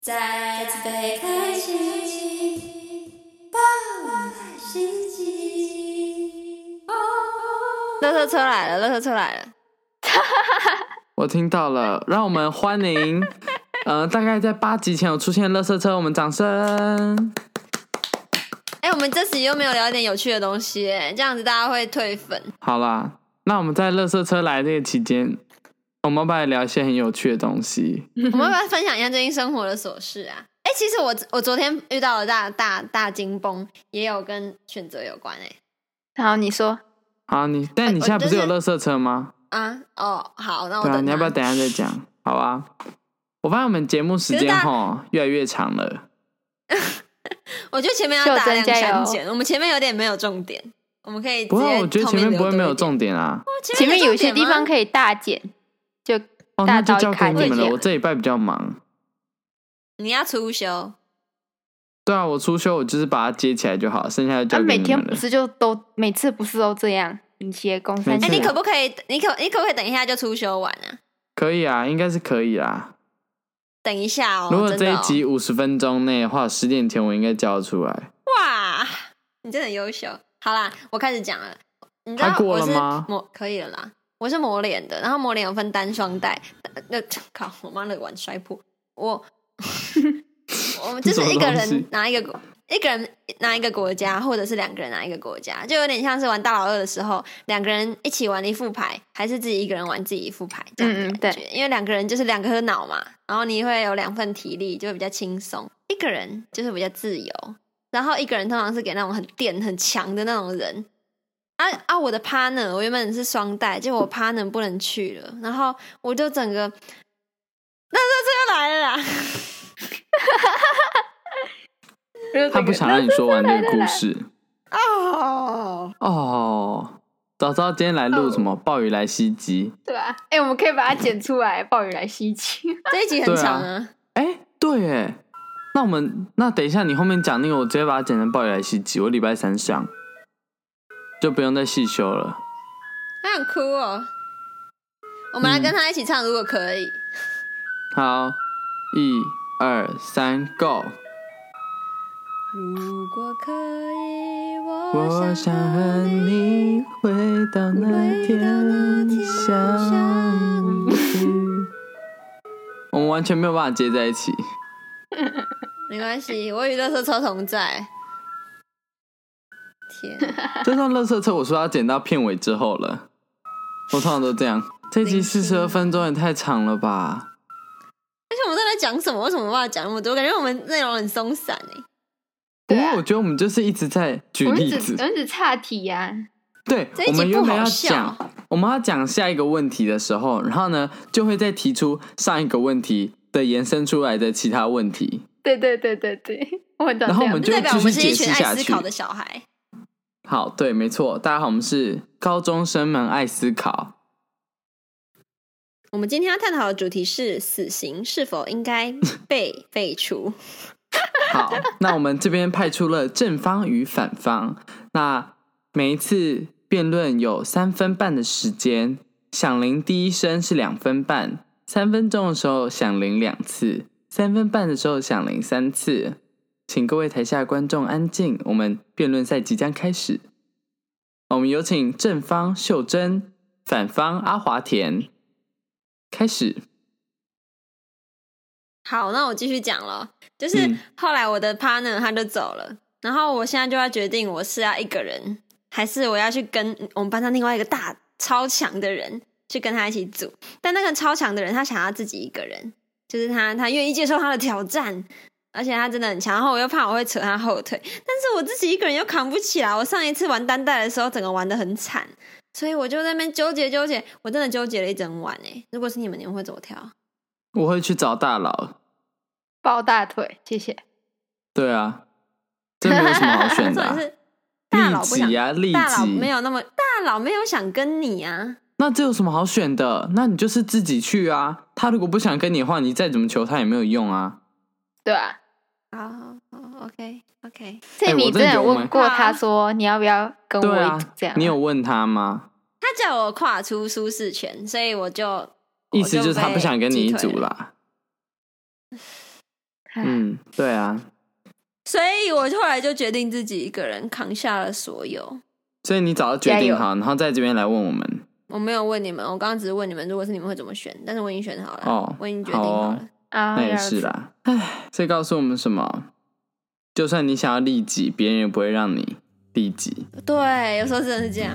再次被开启，爆满心机。乐色车来了，乐色车来了。我听到了，让我们欢迎，呃，大概在八集前有出现垃圾车，我们掌声。哎、我们这集又没有聊一点有趣的东西、哎，这样子大家会退 粉。好啦，那我们在垃圾车来这个期间，我们要不要来聊一些很有趣的东西？我们要不要分享一下最近生活的琐事啊？哎、其实我我昨天遇到了大大大金崩，也有跟选择有关哎、好，你说，好，你但你现在不是有垃圾车吗？啊哦，好，那我对啊，等你要不要他等一下再讲？好啊，我发现我们节目时可是间大吼越来越长了。我觉得前面要秀打珍两加三油剪，我们前面有点没有重点，我们可以直接不过我觉得后前面留不会没多有一点，哦重点啊。前面有些重点地吗方可以大减，就哦，那大就刀交一给砍你就们了。剪我了。这礼拜比较忙。你要出啊修，对啊，我出修我就是把它接起来就好，剩下的啊，交给每你天们了不。是就都每次不是都这样？你斜工每三次哎、小，你可不可以，你可你可不可以等一下就出修完啊？可以啊，应该是可以啦。等一下哦，如果真这的一哦集五十分钟内的话，十点前我应该交得出来。哇，你真的很优秀。好啦，我开始讲了。你知道还过我了是吗磨可以了啦，我是磨脸的，然后磨脸有分单双带。呃 那、靠，我妈那个碗摔破 我。我们就是什么一个东西人拿一个一个人拿一个国家，或者是两个人拿一个国家，就有点像是玩大老二的时候，两个人一起玩一副牌，还是自己一个人玩自己一副牌这样嗯的嗯感觉。因为两个人就是两颗脑嘛，然后你会有两份体力，就会比较轻松；一个人就是比较自由。然后一个人通常是给那种很电很强的那种人。啊啊！我的 partner 我原本是双带，结果我 partner 不能去了，然后我就整个，那这这又来了 啦！他不想让你说完这个故事哦，哦。早知道今天来嗯录什么《暴雨来袭击对吧？哎，我们可以把它剪出来，暴雨来袭击。这一集很长啊，》。哎，对哎，那我们那等一下你后面讲那个，我直接把它剪成《暴雨来袭击》，我礼拜三上，就不用再细修了。他很哭哦。我们来跟他一起唱，如果可以。好，一二三，Go！如果可以，我我想想和和你。你回到那回到那天天相遇。我们完全没有办法接在一起。没关系，我与乐色超同在。天，啊这段乐色车我说要剪到片尾之后了，我通常都这样。这集四十二分钟也太长了吧？而且我们在那讲什么？为什么我们要讲那么多？感觉我们内容很松散哎。不对过啊我觉得我们就是一直在举我们呃例只子我，们只岔题呀。对这，一我集们原不本好要笑讲，我们要讲下一个问题的时候，然后呢，就会再提出上一个问题的延伸出来的其他问题。对对对对对，我很懂然后这我样们就代表我们是一继续群解释爱下思去考的小孩。好，对，没错，大家好，我们是高中生们爱思考。我们今天要探讨的主题是死刑是否应该被废除。好，那我们这边派出了正方与反方。那每一次辩论有三分半的时间，响铃第一声是两分半，三分钟的时候响铃两次，三分半的时候响铃三次。请各位台下观众安静，我们辩论赛即将开始。我们有请正方秀珍，反方阿华田，开始。好，那我继续讲了，就是嗯后来我的 partner 他就走了，然后我现在就要决定我是要一个人，还是我要去跟我们班上另外一个大超强的人去跟他一起组。但那个超强的人他想要自己一个人，就是他他愿意接受他的挑战。而且他真的很强，然后我又怕我会扯他后腿，但是我自己一个人又扛不起来。我上一次玩单带的时候，整个玩的很惨，所以我就在那边纠结纠结，我真的纠结了一整晚哎。如果是你们，你们会怎么跳？我会去找大佬。抱大腿，谢谢。对啊，真的没有什么好选重 的、啊点。是大佬利不己想，呀、啊，利大佬己。没有那么大佬没有想跟你啊，那这有什么好选的？那你就是自己去啊。他如果不想跟你的话，你再怎么求他也没有用啊。对啊，啊、o k OK，所以哎我你真的觉真的得我们问过他说你要不要跟我对一啊组这样？你有问他吗？他叫我跨出舒适圈，所以我就意思我就就是他不想跟你一被击组退了啦。嗯，对啊，所以我后来就决定自己一个人扛下了所有。所以你早就决加定油好，然后在这边来问我们。我没有问你们，我刚刚只是问你们，如果是你们会怎么选，但是我已经选好了，哦我已经决定好了。啊，那也原来如是此啦。唉，这告诉我们什么？就算你想要利己，别人也不会让你利己。对，有时候真的是这样。